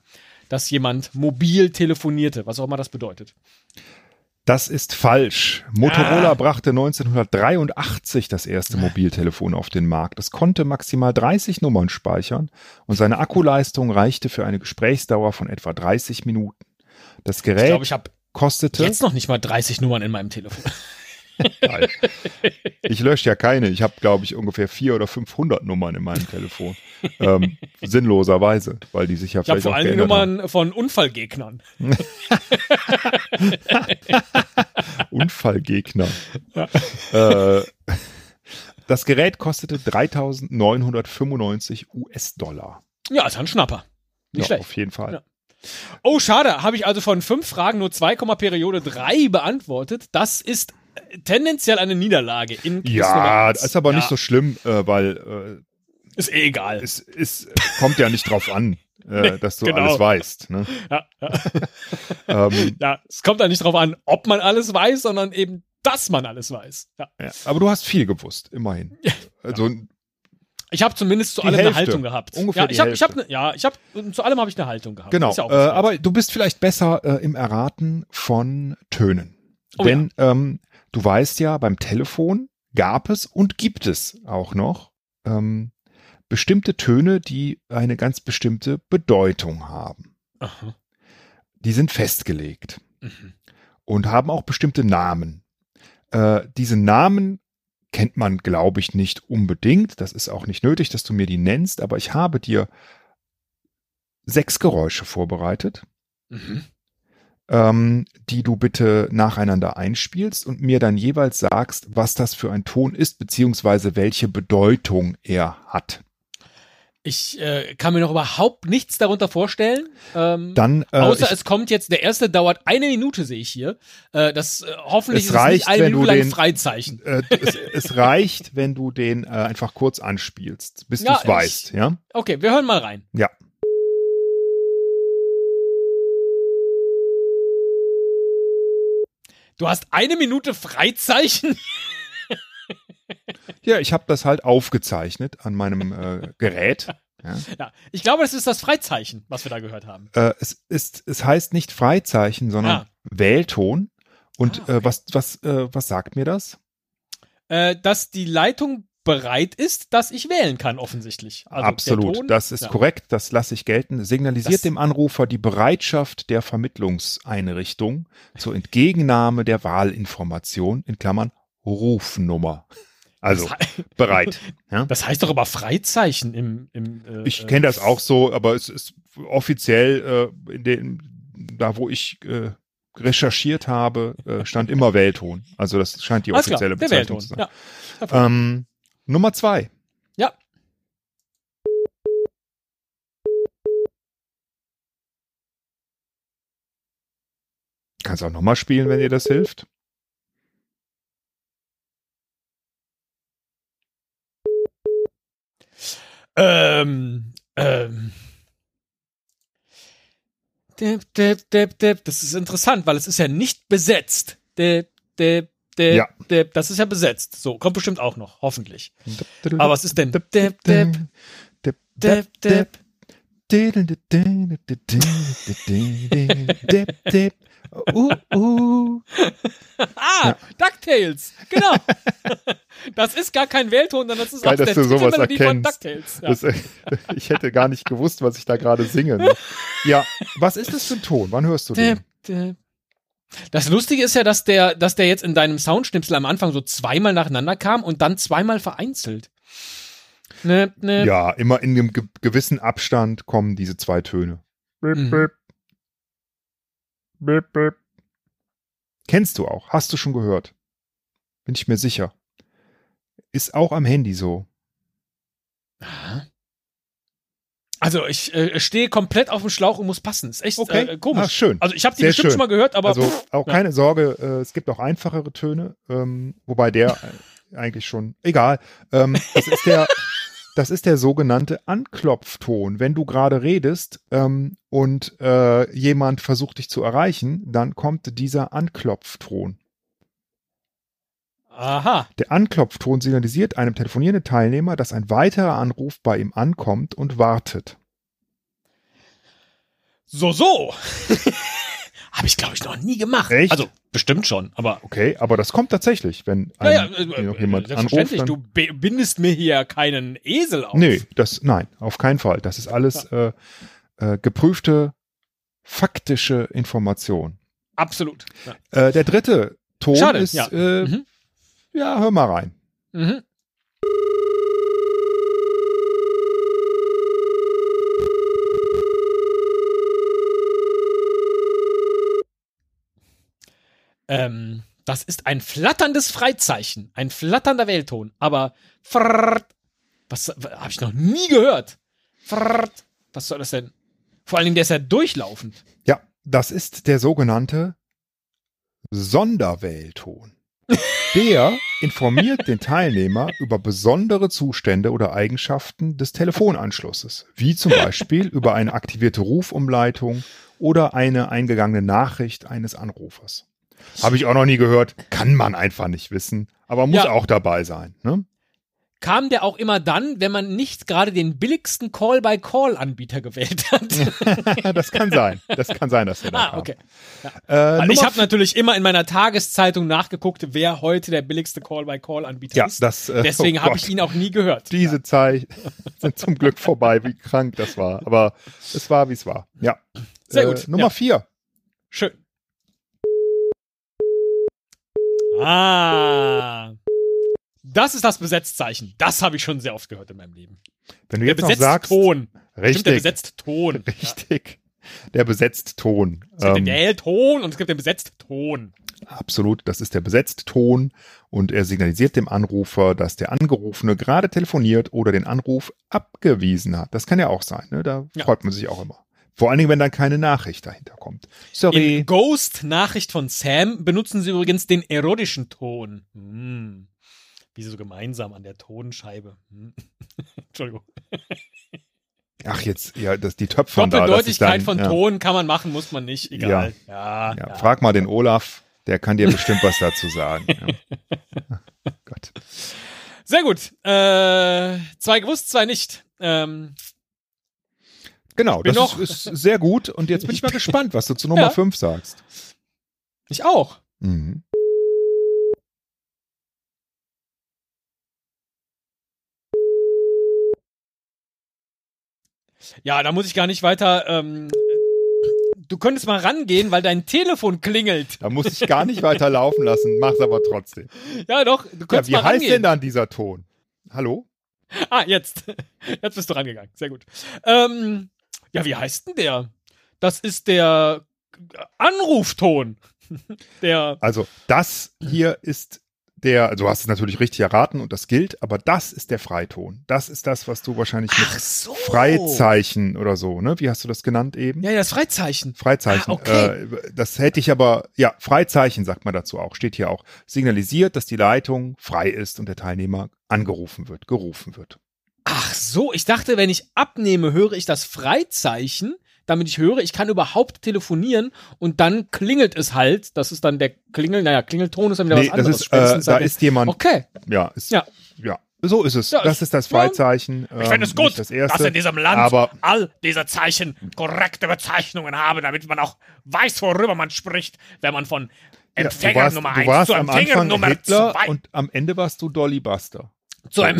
B: dass jemand mobil telefonierte, was auch immer das bedeutet.
C: Das ist falsch. Motorola
B: Ah.
C: brachte 1983 das erste Mobiltelefon auf den Markt. Es konnte maximal 30 Nummern speichern und seine Akkuleistung reichte für eine Gesprächsdauer von etwa 30 Minuten. Das
B: Ich
C: Gerät
B: glaube, ich habe
C: kostete.
B: Jetzt noch nicht mal 30 Nummern in meinem
C: [LAUGHS]
B: Telefon.
C: Geil. Ich lösche ja keine. Ich habe, glaube ich, ungefähr 400 oder 500 Nummern in meinem Telefon. Ähm, sinnloserweise, weil die sich ja
B: Ich habe
C: vielleicht
B: vor
C: ne? auch
B: allen Dingen
C: geändert haben.
B: Nummern von Unfallgegnern.
C: Unfallgegner. Äh, das Gerät kostete 3.995 US-Dollar.
B: Ja, ist ja ein Schnapper. Nicht
C: ja,
B: schlecht.
C: auf jeden Fall.
B: Ja. Oh, schade. Habe ich also von fünf Fragen nur 2, Periode 3 beantwortet. Das ist äh, tendenziell eine Niederlage in Quiz Nummer
C: Ja,
B: eins.
C: ist aber
B: Ja,
C: nicht so schlimm, äh, weil
B: Ist eh egal.
C: äh, es, es kommt ja nicht drauf an, äh, dass du
B: genau.
C: alles weißt. Ne?
B: ja, ja,
C: Ähm,
B: ja, es kommt da nicht drauf an, ob man alles weiß, sondern eben, dass man alles weiß. Ja.
C: ja. Aber du hast viel gewusst, immerhin. Also
B: Ich habe zumindest zu
C: Die
B: allem eine
C: Hälfte.
B: Haltung gehabt.
C: Ungefähr
B: ja,
C: die
B: ich habe, ich habe,
C: Hälfte.
B: ne, ja, ich habe, zu allem habe ich eine Haltung gehabt.
C: Genau,
B: Ist ja auch
C: äh,
B: was Gutes.
C: aber du bist vielleicht besser äh, im Erraten von Tönen.
B: Oh
C: Denn ähm, du weißt ja, beim Telefon gab es und gibt es auch noch ähm, bestimmte Töne, die eine ganz bestimmte Bedeutung haben.
B: Aha.
C: Die sind festgelegt
B: Mhm.
C: und haben auch bestimmte Namen. Äh, diese Namen kennt man, glaube ich, nicht unbedingt. Das ist auch nicht nötig, dass du mir die nennst, aber ich habe dir sechs Geräusche vorbereitet
B: Mhm.
C: ähm, die du bitte nacheinander einspielst und mir dann jeweils sagst, was das für ein Ton ist, beziehungsweise welche Bedeutung er hat.
B: Ich äh, kann mir noch überhaupt nichts darunter vorstellen. Ähm,
C: Dann äh,
B: außer
C: ich,
B: es kommt jetzt, der erste dauert eine Minute, sehe ich hier. Äh, das äh, hoffentlich
C: Es
B: ist es nicht
C: reicht,
B: eine
C: wenn du
B: Minute lang
C: den-
B: Freizeichen.
C: äh, es, es reicht, wenn du den äh, einfach kurz anspielst, bis
B: Ja,
C: du es
B: ich-
C: weißt, ja?
B: Okay, wir hören mal rein.
C: Ja.
B: Du hast eine Minute Freizeichen? [LAUGHS]
C: Ja, ich habe das halt aufgezeichnet an meinem äh, Gerät. Ja.
B: Ja, ich glaube, das ist das Freizeichen, was wir da gehört haben.
C: Äh, es ist, es heißt nicht Freizeichen, sondern
B: Ah.
C: Wählton. Und
B: Ah, okay.
C: äh, was, was, äh, was sagt mir das?
B: Äh, dass die Leitung bereit ist, dass ich wählen kann, offensichtlich. Also der
C: Absolut,
B: Ton-
C: das ist
B: ja.
C: korrekt, das lasse ich gelten. Signalisiert
B: Das-
C: dem Anrufer die Bereitschaft der Vermittlungseinrichtung zur Entgegennahme der Wahlinformation in Klammern Rufnummer. Also
B: Das, he
C: bereit.
B: [LAUGHS]
C: Ja?
B: das heißt doch aber Freizeichen im. im äh,
C: Ich kenne das auch so, aber es ist offiziell äh, in den, da wo ich äh, recherchiert habe, äh, stand immer Weltton. Also das scheint die
B: Alles klar,
C: offizielle
B: der
C: Bezeichnung
B: Weltton.
C: zu sein.
B: Ja.
C: Ähm, Nummer zwei.
B: Ja.
C: Kannst auch nochmal spielen, wenn dir das hilft.
B: Ähm, ähm. Dip, dip, dip, dip. Das ist interessant, weil es ist ja nicht besetzt. Dip, dip, dip,
C: Ja.
B: dip. Das ist ja besetzt. So, kommt bestimmt auch noch, hoffentlich. Aber was ist denn? Dip, dip, dip,
C: Dip, dip,
B: dip, dip.
C: dip, dip. Uh, uh.
B: Ah,
C: Ja.
B: DuckTales.
C: [LAUGHS]
B: Genau. das ist gar kein Weltton, sondern das ist
C: Geil,
B: auch
C: dass
B: der
C: du sowas
B: Titelmelodie von
C: erkennst.
B: DuckTales. Ja.
C: Das, äh, ich hätte gar nicht gewusst, was ich da gerade singe. ne? Ja, was ist das für ein Ton? Wann hörst du den?
B: Dip, dip. Das Lustige ist ja, dass der, dass der jetzt in deinem Soundschnipsel am Anfang so zweimal nacheinander kam und dann zweimal vereinzelt. Ne, ne.
C: Ja, immer in einem ge gewissen Abstand kommen diese zwei Töne. Bip,
B: Mhm.
C: bip. Bip, bip. Kennst du auch, hast du schon gehört. Bin ich mir sicher. Ist auch am Handy so.
B: Also ich äh, stehe komplett auf dem Schlauch und muss passen. Ist echt äh,
C: Ah,
B: komisch.
C: schön.
B: Also ich habe die
C: Sehr
B: bestimmt
C: schön.
B: schon mal gehört, aber
C: also
B: pff,
C: auch
B: ja.
C: keine Sorge, äh, es gibt auch einfachere Töne, ähm, wobei der eigentlich schon, egal, ähm, das
B: [LAUGHS]
C: ist der, das ist der sogenannte Anklopfton. Wenn du gerade redest ähm, und äh, jemand versucht dich zu erreichen, dann kommt dieser Anklopfton.
B: aha.
C: Der Anklopfton signalisiert einem telefonierenden Teilnehmer, dass ein weiterer Anruf bei ihm ankommt und wartet.
B: So, so. [LAUGHS] habe ich, glaube ich, noch nie gemacht.
C: Echt?
B: Also bestimmt schon, aber.
C: Okay, aber das kommt tatsächlich, wenn ein,
B: Naja, äh,
C: noch
B: äh,
C: jemand anruft.
B: selbstverständlich,
C: Dann,
B: du bi- bindest mir hier keinen Esel auf.
C: Nee, das, nein, auf keinen Fall. Das ist alles äh, äh, geprüfte, faktische Information.
B: Absolut. Ja.
C: Äh, der dritte Ton
B: Schade,
C: ist,
B: ja.
C: Äh,
B: Mhm.
C: ja, hör mal rein.
B: Mhm. Ähm, das ist ein flatterndes Freizeichen, ein flatternder Wellton, aber frrrt, was habe ich noch nie gehört? Frrrt, was soll das denn? Vor allen Dingen, der ist ja durchlaufend.
C: Ja, das ist der sogenannte Sonderwählton. Der informiert den Teilnehmer über besondere Zustände oder Eigenschaften des Telefonanschlusses, wie zum Beispiel über eine aktivierte Rufumleitung oder eine eingegangene Nachricht eines Anrufers. Habe ich auch noch nie gehört, kann man einfach nicht wissen, aber muss
B: Ja.
C: auch dabei sein. Ne? [LAUGHS]
B: Kam der auch immer dann, wenn man nicht gerade den billigsten Call-by-Call-Anbieter gewählt hat?
C: das kann sein, das kann sein, dass wir da
B: [LAUGHS] ah, okay.
C: Äh,
B: Weil ich
C: Nummer
B: habe natürlich immer in meiner Tageszeitung nachgeguckt, wer heute der billigste Call-by-Call-Anbieter
C: ja,
B: ist.
C: das, äh,
B: Deswegen
C: oh
B: habe
C: Gott.
B: ich ihn auch nie gehört.
C: Diese Zeit [LAUGHS] sind zum Glück vorbei, wie krank das war. Aber es war, wie es war. Ja. Äh,
B: Sehr gut,
C: Nummer
B: ja.
C: vier.
B: Schön. Ah. Das ist das Besetzzeichen. Das habe ich schon sehr oft gehört in meinem Leben.
C: Wenn du
B: Der
C: jetzt noch
B: besetzte
C: sagst,
B: Ton. Stimmt, der
C: richtig,
B: besetzte Ton.
C: [LAUGHS] richtig, der besetzt Ton.
B: Es gibt den
C: Ähm,
B: L-Ton und es gibt den besetzten Ton.
C: absolut, das ist der besetzt Ton und er signalisiert dem Anrufer, dass der Angerufene gerade telefoniert oder den Anruf abgewiesen hat. Das kann ja auch sein. Ne? Da
B: Ja.
C: freut man sich auch immer. Vor allen Dingen, wenn dann keine Nachricht dahinter kommt. Sorry.
B: In Ghost-Nachricht von Sam benutzen sie übrigens den erotischen Ton. Hm. Wie sie so gemeinsam an der Tonscheibe. Hm. [LAUGHS] Entschuldigung.
C: Ach jetzt, ja, das die Töpfe da. das ist
B: Doppeldeutigkeit
C: dann-
B: von
C: ja.
B: Ton kann man machen, muss man nicht. Egal. Ja.
C: Ja,
B: ja.
C: Frag mal den Olaf, der kann dir bestimmt was dazu sagen. Ja. Gott.
B: Sehr gut. Äh, zwei gewusst, zwei nicht. Ähm,
C: Genau,
B: bin
C: das
B: noch-
C: ist, ist sehr gut und jetzt bin ich mal gespannt, was du zu Nummer
B: Ja.
C: 5 sagst.
B: ich auch.
C: Mhm.
B: Ja, da muss ich gar nicht weiter. Ähm, du könntest mal rangehen, weil dein Telefon klingelt.
C: Da muss ich gar nicht weiter laufen lassen, mach's aber trotzdem.
B: Ja, doch. Du
C: Ja,
B: könntest
C: wie
B: mal
C: heißt
B: rangehen.
C: denn dann dieser Ton? Hallo?
B: Ah, jetzt. [LAUGHS] Jetzt bist du rangegangen. Sehr gut. Ähm, ja, wie heißt denn der? Das ist der Anrufton. [LAUGHS] Der.
C: Also, das hier ist der, also du hast es natürlich richtig erraten und das gilt, aber das ist der Freiton. Das ist das, was du wahrscheinlich mit
B: so.
C: Freizeichen oder so, ne? Wie hast du das genannt eben?
B: Ja, ja, das Freizeichen.
C: Freizeichen.
B: Ah, okay.
C: äh, das hätte ich aber, ja, Freizeichen sagt man dazu auch, steht hier auch. Signalisiert, dass die Leitung frei ist und der Teilnehmer angerufen wird, gerufen wird.
B: Ach so, ich dachte, wenn ich abnehme, höre ich das Freizeichen, damit ich höre, ich kann überhaupt telefonieren und dann klingelt es halt. Das ist dann der Klingel, naja, Klingelton ist dann wieder
C: nee,
B: was
C: das
B: anderes.
C: ist, äh,
B: Spätestens
C: da
B: seit-
C: ist jemand,
B: okay.
C: ja, ist, ja.
B: Ja.
C: so ist es.
B: Ja,
C: das
B: ich-
C: ist das
B: ja.
C: Freizeichen.
A: Ich finde es
C: ähm,
A: gut,
C: nicht Das erste.
A: diesem Land
C: aber-
A: all diese Zeichen korrekte Bezeichnungen haben, damit man auch weiß, worüber man spricht, wenn man von
C: Ja,
A: Empfänger Nummer
C: du
A: 1
C: warst
A: zu
C: am
A: Empfänger
C: Anfang
A: Nummer
C: Hitler
A: 2
C: und am Ende warst du Dolly Buster.
B: Zu
A: [LAUGHS]
B: einem.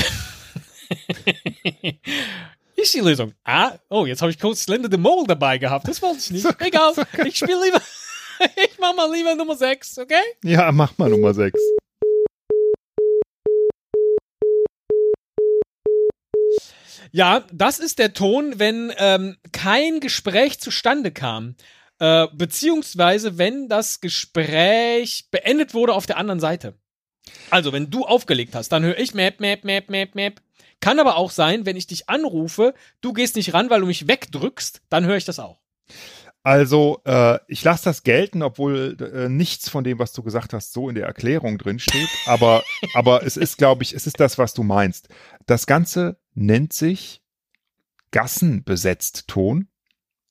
B: ist die
C: [LAUGHS]
A: [LAUGHS]
B: Lösung. Ah, oh, jetzt habe ich kurz Slender the Mole dabei gehabt. Das wollte ich nicht. Egal, ich spiele lieber. Ich mach mal lieber Nummer 6, okay?
C: Ja, mach mal Nummer 6.
B: Ja, das ist der Ton, wenn ähm, kein Gespräch zustande kam. Äh, beziehungsweise, wenn das Gespräch beendet wurde auf der anderen Seite. Also, wenn du aufgelegt hast, dann höre ich Map, Map, Map, Map, Map. Kann aber auch sein, wenn ich dich anrufe, du gehst nicht ran, weil du mich wegdrückst, dann höre ich das auch.
C: Also, äh, ich lasse das gelten, obwohl äh, nichts von dem, was du gesagt hast, so in der Erklärung drin steht. Aber, aber es ist, glaube ich, es ist das, was du meinst. Das Ganze nennt sich Gassenbesetzt Ton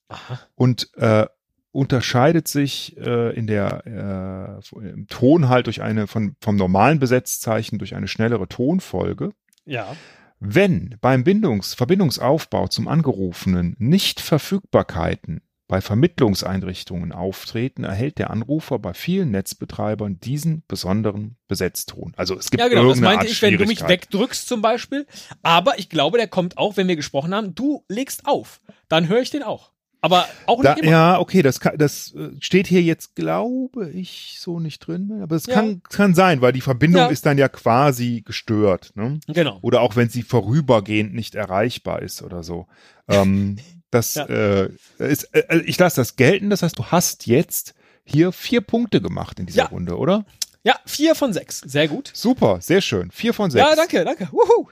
B: Aha.
C: und äh, unterscheidet sich äh, in der, äh, im Ton halt durch eine von, vom normalen Besetzzeichen durch eine schnellere Tonfolge.
B: Ja.
C: Wenn beim Bindungs Verbindungsaufbau zum Angerufenen nicht Verfügbarkeiten bei Vermittlungseinrichtungen auftreten, erhält der Anrufer bei vielen Netzbetreibern diesen besonderen Besetzton. Also es gibt
B: Ja, genau, das
C: irgendeine
B: meinte
C: Art
B: ich, wenn du mich
C: Schwierigkeit.
B: wegdrückst zum Beispiel. Aber ich glaube, der kommt auch, wenn wir gesprochen haben, du legst auf. Dann höre ich den auch. Aber auch
C: Da,
B: nicht immer.
C: ja, okay, das, kann, das äh, steht hier jetzt, glaube ich, so nicht drin, aber es
B: Ja.
C: kann, kann sein, weil die Verbindung
B: Ja.
C: ist dann ja quasi gestört. Ne?
B: Genau.
C: Oder auch wenn sie vorübergehend nicht erreichbar ist oder so.
B: [LAUGHS]
C: Ähm, das
B: Ja.
C: äh, ist, äh, also ich lasse das gelten, das heißt, du hast jetzt hier vier Punkte gemacht in dieser
B: Ja.
C: Runde, oder?
B: Ja, vier von sechs. Sehr gut.
C: Super, sehr schön. Vier von sechs.
B: Ja, danke, danke. Wuhu.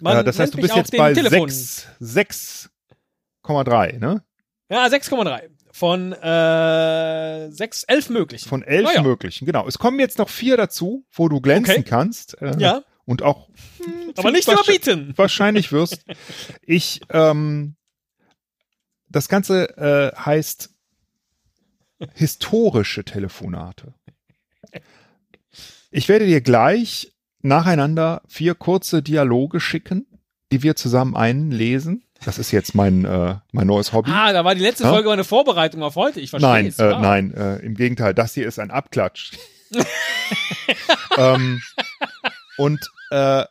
B: Man
C: Äh, das
B: nennt
C: heißt, du
B: mich
C: bist
B: auch
C: jetzt
B: den
C: bei
B: Telefon.
C: 6 6,3, ne?
B: Ja, 6,3. Von äh, sechs, elf möglichen.
C: Von elf
B: Naja.
C: möglichen, genau. Es kommen jetzt noch vier dazu, wo du glänzen
B: Ah, Okay.
C: kannst. Äh,
B: Ja,
C: Und auch. hm,
B: aber nicht
C: wahrscheinlich-
B: überbieten.
C: Wahrscheinlich wirst. Ich, ähm, das Ganze äh, heißt historische Telefonate. Ich werde dir gleich nacheinander vier kurze Dialoge schicken, die wir zusammen einlesen. Das ist jetzt mein, äh, mein neues Hobby.
B: Ah, da war die letzte
C: Ja?
B: Folge meine Vorbereitung auf heute. Ich verstehe
C: nein,
B: es.
C: äh,
B: Ah.
C: nein, äh, im Gegenteil, das hier ist
B: [LAUGHS]
C: ein Abklatsch. ähm, und äh,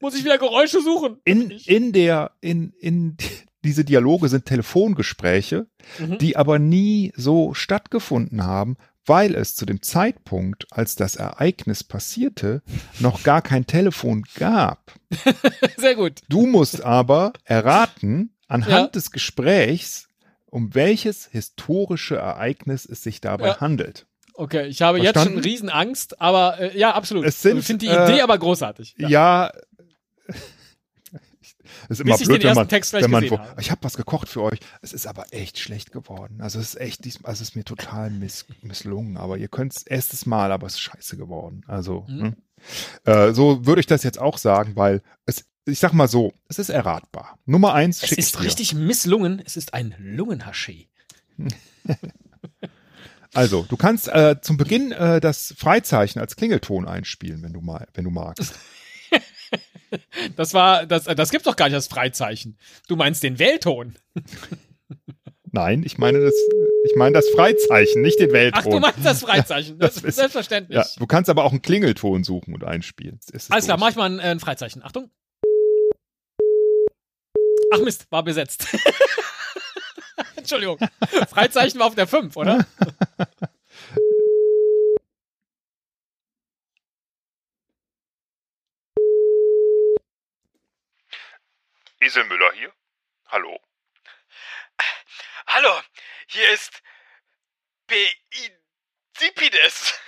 B: Muss ich wieder Geräusche suchen?
C: in, in der, in, in diese Dialoge sind Telefongespräche,
B: Mhm. [LAUGHS]
C: die aber nie so stattgefunden haben, weil es zu dem Zeitpunkt, als das Ereignis passierte, noch gar kein Telefon gab.
B: Sehr gut. [LAUGHS]
C: Du musst aber erraten, anhand
B: Ja.
C: des Gesprächs, um welches historische Ereignis es sich dabei
B: Ja.
C: handelt.
B: Okay, ich habe jetzt
C: Verstanden?
B: schon Riesenangst, aber äh, ja, absolut.
C: Es sind,
B: ich finde die
C: äh,
B: Idee aber großartig.
C: Ja. ja [LAUGHS] ist immer
B: Bis ich den
C: blöd, wenn
B: ersten
C: man,
B: Text gleich
C: wenn man
B: gesehen
C: wo,
B: habe.
C: ich habe was gekocht für euch. Es ist aber echt schlecht geworden. Also es ist echt diesmal, also es ist mir total miss, misslungen. Aber ihr könnt es erstes Mal, aber es ist scheiße geworden. Also
B: Mhm.
C: ne? äh, so würde ich das jetzt auch sagen, weil es, ich sag mal so, es ist erratbar. Nummer eins
B: Es
C: schick's
B: ist
C: dir.
B: richtig misslungen. Es ist ein Lungenhaschee.
C: Also du kannst äh, zum Beginn äh, das Freizeichen als Klingelton einspielen, wenn du mal, wenn du magst.
B: Das war, das, äh, das gibt's doch gar nicht als Freizeichen. Du meinst den Wählton.
C: Nein, ich meine das, ich meine das Freizeichen, nicht den Weltton.
B: Ach, du meinst
C: [LAUGHS]
B: das Freizeichen.
C: das
B: Das,
C: ist-
B: ist selbstverständlich.
C: Ja, du kannst aber auch einen Klingelton suchen und einspielen. Es ist
B: Alles klar,
C: durch.
B: mach ich mal ein, äh, ein Freizeichen. Achtung. Ach Mist, war besetzt. [LAUGHS] Entschuldigung. Freizeichen war auf der 5, oder?
C: Iselmüller hier. Hallo.
B: Hallo, hier ist Peidipides.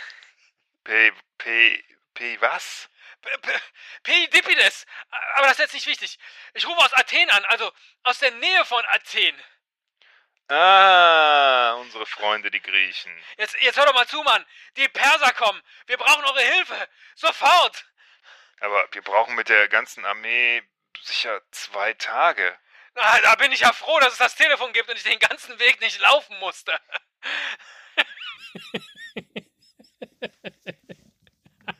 C: P, P, P was?
B: Peidipides. Aber das ist jetzt nicht wichtig. Ich rufe aus Athen an, also aus der Nähe von Athen.
C: Ah, unsere Freunde, die Griechen.
B: Jetzt, jetzt hör doch mal zu, Mann. Die Perser kommen. Wir brauchen eure Hilfe. Sofort.
C: Aber wir brauchen mit der ganzen Armee sicher zwei Tage.
B: Na, da bin ich ja froh, dass es das Telefon gibt und ich den ganzen Weg nicht laufen musste. [LAUGHS]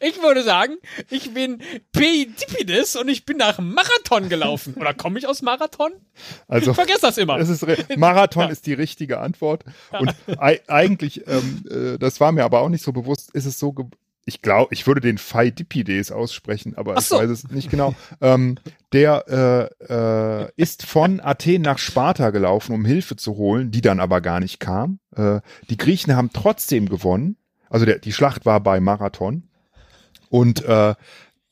B: Ich würde sagen, ich bin Pedipides und ich bin nach Marathon gelaufen. Oder komme ich aus Marathon?
C: Also,
B: Vergiss das immer.
C: das
B: [LAUGHS]
C: ist re- Marathon ist die richtige Antwort. Und ei- eigentlich, ähm, äh, das war mir aber auch nicht so bewusst, ist es so, ge- ich glaube, ich würde den Phi Dippides aussprechen, aber
B: Ach so.
C: ich weiß es nicht genau. ähm, der äh, äh, ist von Athen nach Sparta gelaufen, um Hilfe zu holen, die dann aber gar nicht kam. Äh, die Griechen haben trotzdem gewonnen. Also der, die Schlacht war bei Marathon. Und äh,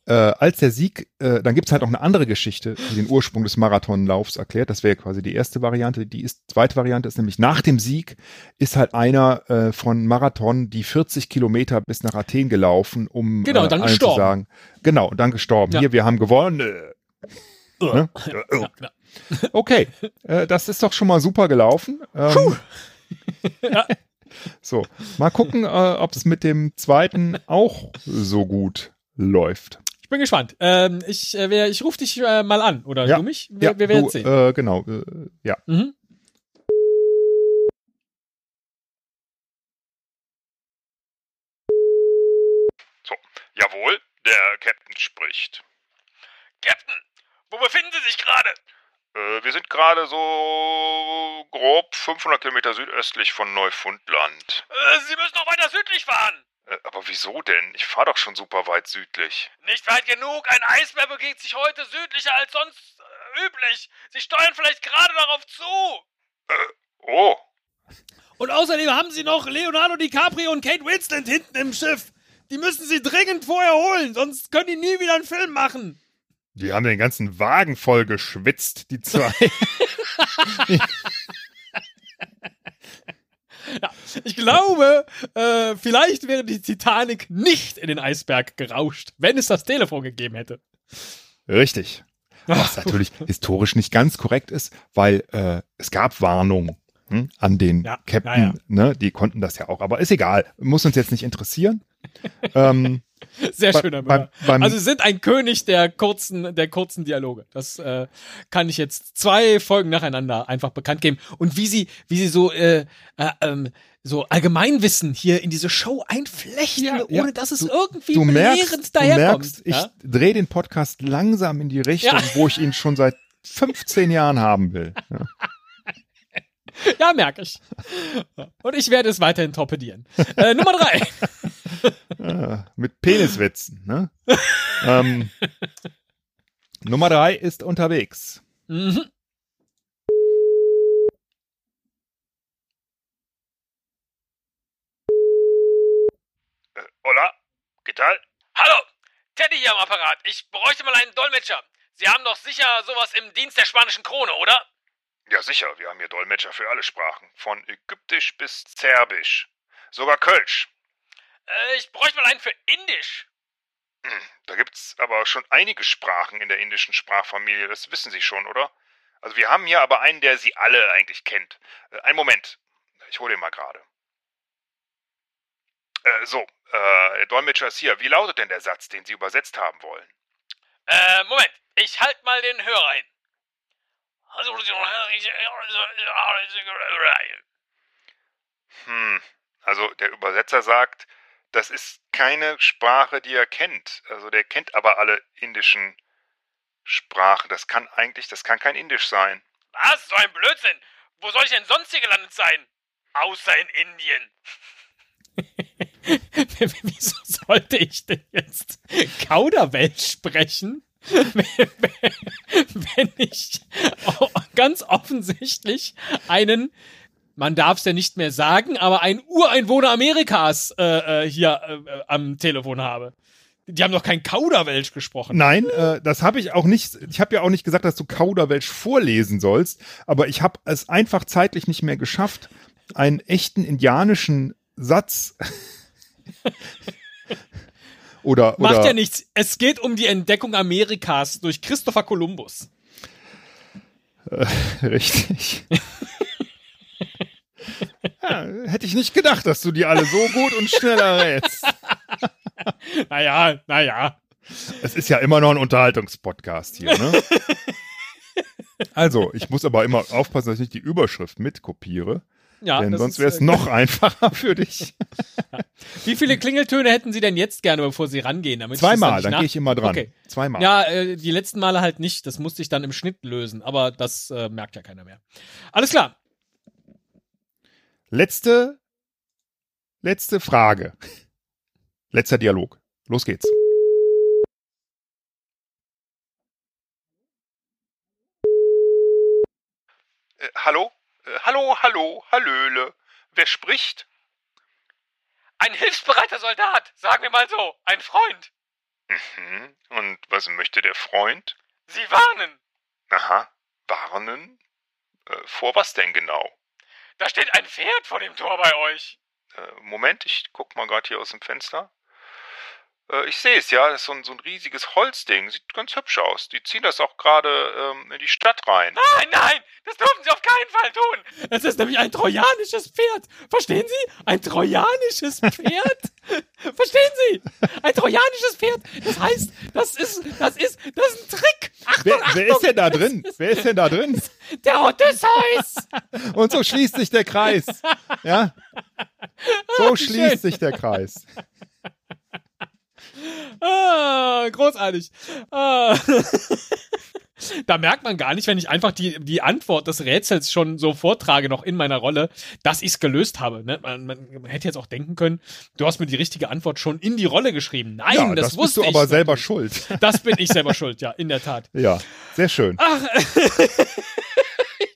C: äh, als der Sieg, äh, dann gibt's halt noch eine andere Geschichte, die den Ursprung des Marathonlaufs erklärt. Das wäre quasi die erste Variante. Die ist, zweite Variante ist nämlich nach dem Sieg ist halt einer äh, von Marathon die 40 Kilometer bis nach Athen gelaufen, um
B: Genau,
C: äh,
B: dann
C: allen zu
B: gestorben.
C: sagen, genau, und dann gestorben.
B: Ja.
C: Hier, wir haben gewonnen. Äh, ne?
B: Ja, ja.
C: Okay, äh, das ist doch schon mal super gelaufen. [LAUGHS] Ähm,
B: Ja.
C: so, mal gucken, äh, ob es mit dem zweiten auch so gut läuft.
B: Ich bin gespannt. Ähm, ich äh, wer- ich rufe dich äh, mal an, oder
C: Ja.
B: du mich? Wir, wir werden
C: du,
B: sehen.
C: Äh, genau, äh, ja.
B: Mhm.
D: Jawohl, der Captain spricht.
A: Captain, wo befinden Sie sich gerade?
D: Äh, wir sind gerade so grob 500 Kilometer südöstlich von Neufundland.
A: Äh, Sie müssen noch weiter südlich fahren.
D: Äh, aber wieso denn? Ich fahre doch schon super weit südlich.
A: Nicht weit genug. Ein Eisbär bewegt sich heute südlicher als sonst äh, üblich. Sie steuern vielleicht gerade darauf zu.
D: Oh,
B: Und außerdem haben sie noch Leonardo DiCaprio und Kate Winslet hinten im Schiff. Die müssen sie dringend vorher holen, sonst können die nie wieder einen Film machen.
C: Die haben den ganzen Wagen voll geschwitzt, die zwei.
B: [LAUGHS] Ich glaube, äh, vielleicht wäre die Titanic nicht in den Eisberg gerauscht, wenn es das Telefon gegeben hätte.
C: Richtig.
B: [LAUGHS]
C: Was natürlich historisch nicht ganz korrekt ist, weil äh, es gab Warnungen hm, an den
B: Ja,
C: Captain. Ne? Die konnten das ja auch, aber ist egal. Muss uns jetzt nicht interessieren. ähm,
B: Sehr
C: Bei-
B: schöner
C: beim-
B: Müller.
C: beim-
B: Also sie sind ein König der kurzen, der kurzen Dialoge. Das äh, kann ich jetzt zwei Folgen nacheinander einfach bekannt geben. Und wie sie, wie sie so, äh, äh, ähm, so Allgemeinwissen hier in diese Show einflechten,
C: Ja,
B: ohne
C: ja.
B: dass es
C: Du-
B: irgendwie
C: du
B: belehrend
C: merkst, du
B: daherkommt.
C: merkst, ich
B: ja?
C: drehe den Podcast langsam in die Richtung,
B: Ja.
C: wo ich ihn schon seit 15 Jahren haben will. Ja.
B: ja, merke ich. Und ich werde es weiterhin torpedieren. äh, Nummer
C: [LAUGHS]
B: drei.
C: Ah, mit Peniswitzen. Ne? ähm, Nummer drei ist unterwegs.
B: Mhm.
D: Äh, hola, ¿qué tal?
A: Hallo, Teddy hier am Apparat. Ich bräuchte mal einen Dolmetscher. Sie haben doch sicher sowas im Dienst der spanischen Krone, oder?
D: Ja sicher, wir haben hier Dolmetscher für alle Sprachen. Von Ägyptisch bis Serbisch. Sogar Kölsch.
A: Äh, ich bräuchte mal einen für Indisch.
D: Da gibt's aber schon einige Sprachen in der indischen Sprachfamilie, das wissen Sie schon, oder? Also wir haben hier aber einen, der Sie alle eigentlich kennt. Äh, einen Moment, ich hole ihn mal gerade. Äh, so, äh, der Dolmetscher ist hier. Wie lautet denn der Satz, den Sie übersetzt haben wollen?
A: Äh, Moment, ich halt mal den Hörer hin. Also, Äh,
D: Hm, also der Übersetzer sagt, das ist keine Sprache, die er kennt. Also der kennt aber alle indischen Sprachen. Das kann eigentlich, das kann kein Indisch sein.
A: Was? So ein Blödsinn. Wo soll ich denn sonst hier gelandet sein? Außer in Indien.
B: [LAUGHS] Wieso sollte ich denn jetzt Kauderwelsch sprechen? [LAUGHS] Wenn ich o- ganz offensichtlich einen, man darf es ja nicht mehr sagen, aber einen Ureinwohner Amerikas äh, äh, hier äh, äh, am Telefon habe. Die haben doch kein Kauderwelsch gesprochen.
C: Nein, äh, das habe ich auch nicht. Ich habe ja auch nicht gesagt, dass du Kauderwelsch vorlesen sollst, aber ich habe es einfach zeitlich nicht mehr geschafft, einen echten indianischen Satz [LAUGHS] oder oder
B: Macht ja nichts. Es geht um die Entdeckung Amerikas durch Christopher Columbus.
C: [LAUGHS] richtig. ja, hätte ich nicht gedacht, dass du die alle so gut und schnell errätst.
B: Naja, naja.
C: Es ist ja immer noch ein Unterhaltungspodcast hier, ne? Also, ich muss aber immer aufpassen, dass ich nicht die Überschrift mitkopiere,
B: Ja,
C: denn
B: das
C: sonst
B: ist,
C: wäre es
B: äh, [LAUGHS]
C: noch einfacher für dich.
B: Wie viele Klingeltöne hätten Sie denn jetzt gerne, bevor Sie rangehen? Damit ich das
C: Zweimal,
B: nicht
C: dann
B: nach-
C: gehe ich immer dran.
B: Okay.
C: Zweimal.
B: Ja, äh, die letzten Male halt nicht. Das musste ich dann im Schnitt lösen. Aber das äh, merkt ja keiner mehr. Alles klar.
C: Letzte, letzte Frage. Letzter Dialog. Los geht's.
D: Äh, hallo? Äh, hallo, hallo, hallöle. Wer spricht?
A: Ein hilfsbereiter Soldat, sagen wir mal so. Ein Freund.
D: Mhm. Und was möchte der Freund?
A: Sie warnen.
D: Aha. Warnen? Äh, vor was denn genau?
A: Da steht ein Pferd vor dem Tor bei euch.
D: Äh, Moment, ich guck mal gerade hier aus dem Fenster. Äh, ich sehe es ja, das ist so ein, so ein riesiges Holzding. Sieht ganz hübsch aus. Die ziehen das auch gerade ähm, in die Stadt rein.
A: Nein, nein, das dürfen Sie auf keinen Fall tun.
B: Es ist nämlich ein trojanisches Pferd. Verstehen Sie? Ein trojanisches
A: [LAUGHS]
B: Pferd? Verstehen Sie? Ein trojanisches Pferd. Das heißt, das ist, das ist, das ist ein Trick. Achtung,
C: Wer, wer ist
B: Achtung.
C: denn da drin? Wer ist denn da drin?
B: Der Odysseus.
C: Und so schließt sich der Kreis. Ja? So schließt sich der Kreis.
B: Ah, großartig. Ah. Da merkt man gar nicht, wenn ich einfach die, die Antwort des Rätsels schon so vortrage, noch in meiner Rolle, dass ich es gelöst habe. Ne? Man, man, man hätte jetzt auch denken können, du hast mir die richtige Antwort schon in die Rolle geschrieben. Nein, das,
C: ja, das bist
B: wusste
C: du aber
B: ich.
C: selber schuld.
B: Das bin ich selber schuld, ja, in der Tat.
C: Ja, sehr schön.
B: Ach,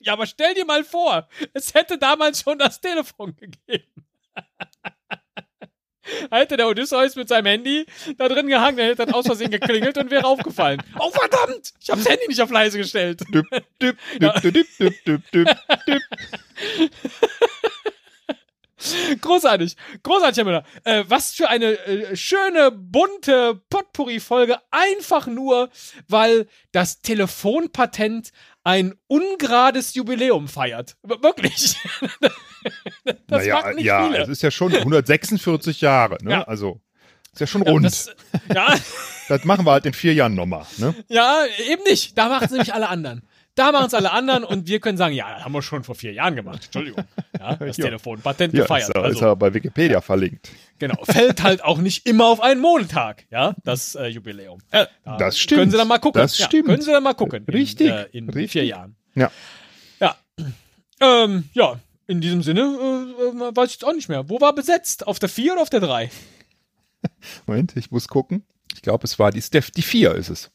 B: ja, aber stell dir mal vor, es hätte damals schon das Telefon gegeben. [LAUGHS] Da Hätte der Odysseus mit seinem Handy da drin gehangen, der hätte dann aus Versehen geklingelt und wäre aufgefallen. [LAUGHS] Oh verdammt, ich habe das Handy nicht auf leise gestellt.
C: Düpp, düpp, düpp, düpp, düpp, düpp, düpp.
B: [LAUGHS] Großartig, großartig, Herr Müller. Äh, was für eine äh, schöne, bunte Potpourri-Folge. Einfach nur, weil das Telefonpatent ein ungerades Jubiläum feiert. W- Wirklich. [LAUGHS] das macht nicht
C: ja, also
B: viele.
C: es ist ja schon 146 Jahre. Ne?
B: Ja.
C: Also, ist ja schon rund. Das,
B: Das, ja, [LAUGHS]
C: machen wir halt in vier Jahren nochmal. Ne?
B: ja, eben nicht. Da machen es nämlich alle anderen. Da machen es alle anderen und wir können sagen, ja, das haben wir schon vor vier Jahren gemacht. Entschuldigung.
C: [LAUGHS]
B: Ja, das
C: Ja.
B: Telefonpatent
C: Ja,
B: gefeiert.
C: ist, er,
B: also,
C: ist er bei Wikipedia verlinkt.
B: Genau. Fällt halt auch nicht immer auf einen Montag, ja, das äh, Jubiläum. Äh, da
C: Das stimmt.
B: Können Sie dann mal gucken.
C: Das
B: ja,
C: stimmt.
B: Können Sie dann mal gucken.
C: Richtig,
B: In, äh, in vier
C: richtig.
B: Jahren.
C: Ja.
B: Ja. Ähm, ja, in diesem Sinne äh, äh, weiß ich jetzt auch nicht mehr. Wo war besetzt? Auf der 4 oder auf der 3?
C: Moment, ich muss gucken. Ich glaube, es war die Steph, die 4 ist es.